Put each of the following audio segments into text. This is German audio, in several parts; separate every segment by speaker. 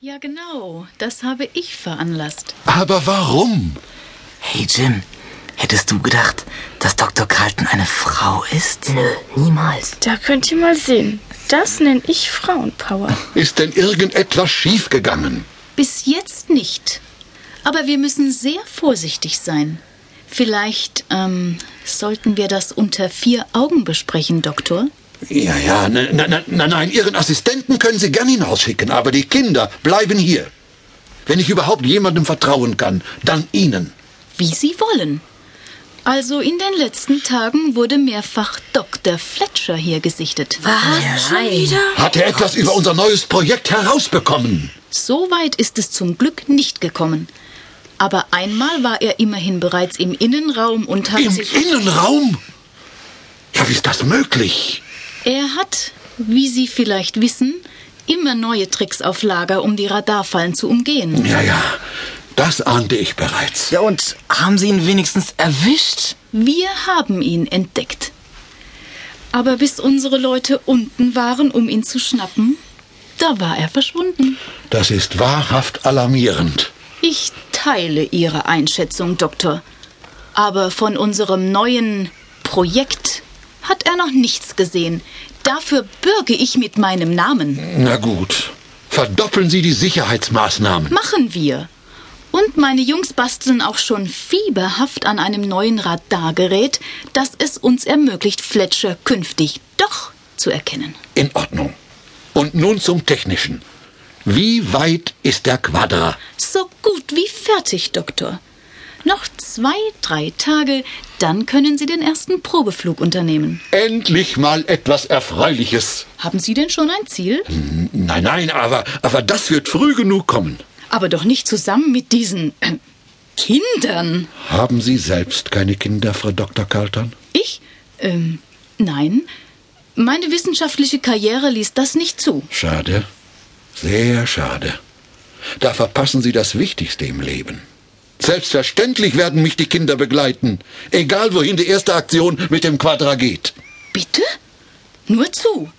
Speaker 1: Ja, genau. Das habe ich veranlasst.
Speaker 2: Aber warum?
Speaker 3: Hey Jim, hättest du gedacht, dass Dr. Carlton eine Frau ist?
Speaker 4: Nö, niemals.
Speaker 5: Da könnt ihr mal sehen. Das nenne ich Frauenpower.
Speaker 2: Ist denn irgendetwas schiefgegangen?
Speaker 1: Bis jetzt nicht. Aber wir müssen sehr vorsichtig sein. Vielleicht ähm, sollten wir das unter vier Augen besprechen, Doktor.
Speaker 2: Ja, ja, nein, nein, nein, nein, Ihren Assistenten können Sie gern hinausschicken, aber die Kinder bleiben hier. Wenn ich überhaupt jemandem vertrauen kann, dann Ihnen.
Speaker 1: Wie Sie wollen. Also in den letzten Tagen wurde mehrfach Dr. Fletcher hier gesichtet.
Speaker 4: Was? Schon wieder?
Speaker 2: Hat er etwas über unser neues Projekt herausbekommen?
Speaker 1: So weit ist es zum Glück nicht gekommen. Aber einmal war er immerhin bereits im Innenraum und hat
Speaker 2: Im
Speaker 1: sich.
Speaker 2: Innenraum? Ja, wie ist das möglich?
Speaker 1: Er hat, wie Sie vielleicht wissen, immer neue Tricks auf Lager, um die Radarfallen zu umgehen.
Speaker 2: Ja, ja, das ahnte ich bereits.
Speaker 3: Ja, und haben sie ihn wenigstens erwischt?
Speaker 1: Wir haben ihn entdeckt. Aber bis unsere Leute unten waren, um ihn zu schnappen, da war er verschwunden.
Speaker 2: Das ist wahrhaft alarmierend.
Speaker 1: Ich teile Ihre Einschätzung, Doktor. Aber von unserem neuen Projekt hat er noch nichts gesehen. Dafür bürge ich mit meinem Namen.
Speaker 2: Na gut, verdoppeln Sie die Sicherheitsmaßnahmen.
Speaker 1: Machen wir. Und meine Jungs basteln auch schon fieberhaft an einem neuen Radargerät, das es uns ermöglicht, Fletcher künftig doch zu erkennen.
Speaker 2: In Ordnung. Und nun zum Technischen. Wie weit ist der Quadra?
Speaker 1: So gut wie fertig, Doktor. Noch zwei, drei Tage, dann können Sie den ersten Probeflug unternehmen.
Speaker 2: Endlich mal etwas Erfreuliches.
Speaker 1: Haben Sie denn schon ein Ziel?
Speaker 2: Nein, nein, aber, aber das wird früh genug kommen.
Speaker 1: Aber doch nicht zusammen mit diesen äh, Kindern.
Speaker 2: Haben Sie selbst keine Kinder, Frau Dr. Carlton?
Speaker 1: Ich? Ähm, nein. Meine wissenschaftliche Karriere ließ das nicht zu.
Speaker 2: Schade. Sehr schade. Da verpassen Sie das Wichtigste im Leben. Selbstverständlich werden mich die Kinder begleiten, egal wohin die erste Aktion mit dem Quadra geht.
Speaker 1: Bitte? Nur zu.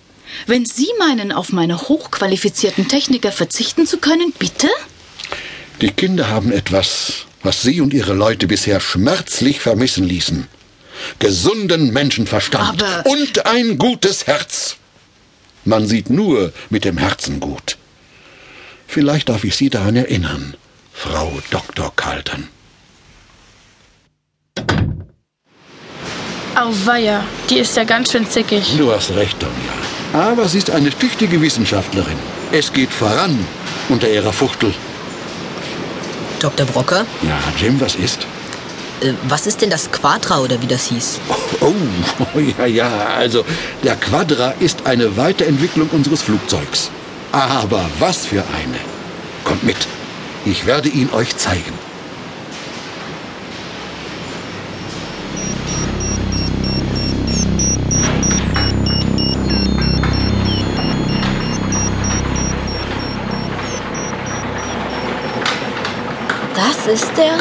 Speaker 1: Wenn Sie meinen, auf meine hochqualifizierten Techniker verzichten zu können, bitte?
Speaker 2: Die Kinder haben etwas, was Sie und Ihre Leute bisher schmerzlich vermissen ließen. Gesunden Menschenverstand
Speaker 1: Aber-
Speaker 2: und ein gutes Herz. Man sieht nur mit dem Herzen gut. Vielleicht darf ich Sie daran erinnern, Frau Dr. Carlton.
Speaker 5: Auweia, die ist ja ganz schön zickig.
Speaker 2: Du hast recht, Donia. Aber sie ist eine tüchtige Wissenschaftlerin. Es geht voran unter ihrer Fuchtel.
Speaker 6: Dr. Brocker,
Speaker 2: Ja, Jim, was ist?
Speaker 6: äh, was ist denn das Quadra oder wie das hieß?
Speaker 2: Oh, ja, ja, also der Quadra ist eine Weiterentwicklung unseres Flugzeugs. Aber was für eine. Kommt mit, ich werde ihn euch zeigen.
Speaker 4: Das ist der?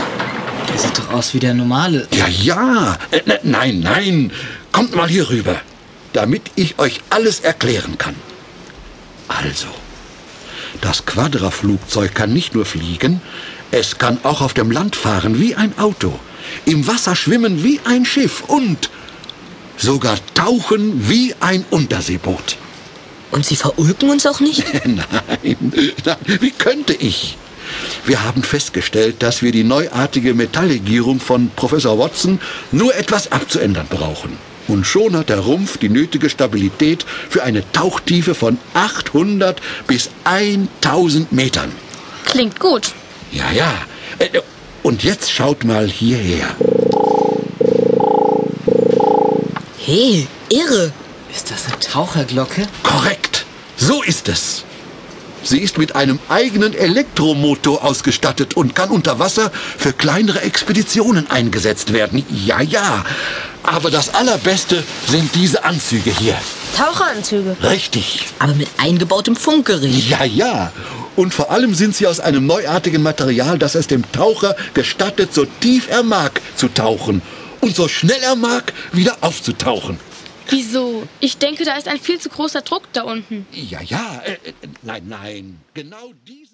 Speaker 6: Der sieht doch aus wie der normale.
Speaker 2: Ja, ja, äh, ne- nein, nein, kommt mal hier rüber, damit ich euch alles erklären kann. Also, das Quadra-Flugzeug kann nicht nur fliegen, es kann auch auf dem Land fahren wie ein Auto, im Wasser schwimmen wie ein Schiff und sogar tauchen wie ein Unterseeboot.
Speaker 6: Und sie verulken uns auch nicht?
Speaker 2: Nein, nein, wie könnte ich? Wir haben festgestellt, dass wir die neuartige Metalllegierung von Professor Watson nur etwas abzuändern brauchen. Und schon hat der Rumpf die nötige Stabilität für eine Tauchtiefe von 800 bis 1000 Metern.
Speaker 5: Klingt gut.
Speaker 2: Ja, ja. Äh, Und jetzt schaut mal hierher.
Speaker 6: Hey, irre! Ist das eine Taucherglocke?
Speaker 2: Korrekt. So ist es. Sie ist mit einem eigenen Elektromotor ausgestattet und kann unter Wasser für kleinere Expeditionen eingesetzt werden. Ja, ja. Aber das Allerbeste sind diese Anzüge hier.
Speaker 4: Taucheranzüge.
Speaker 2: Richtig.
Speaker 6: Aber mit eingebautem Funkgerät.
Speaker 2: Ja, ja. Und vor allem sind sie aus einem neuartigen Material, das es dem Taucher gestattet, so tief er mag zu tauchen und so schnell er mag wieder aufzutauchen.
Speaker 5: Wieso? Ich denke, da ist ein viel zu großer Druck da unten.
Speaker 2: Ja, ja. Äh, äh, nein, nein. Genau diese.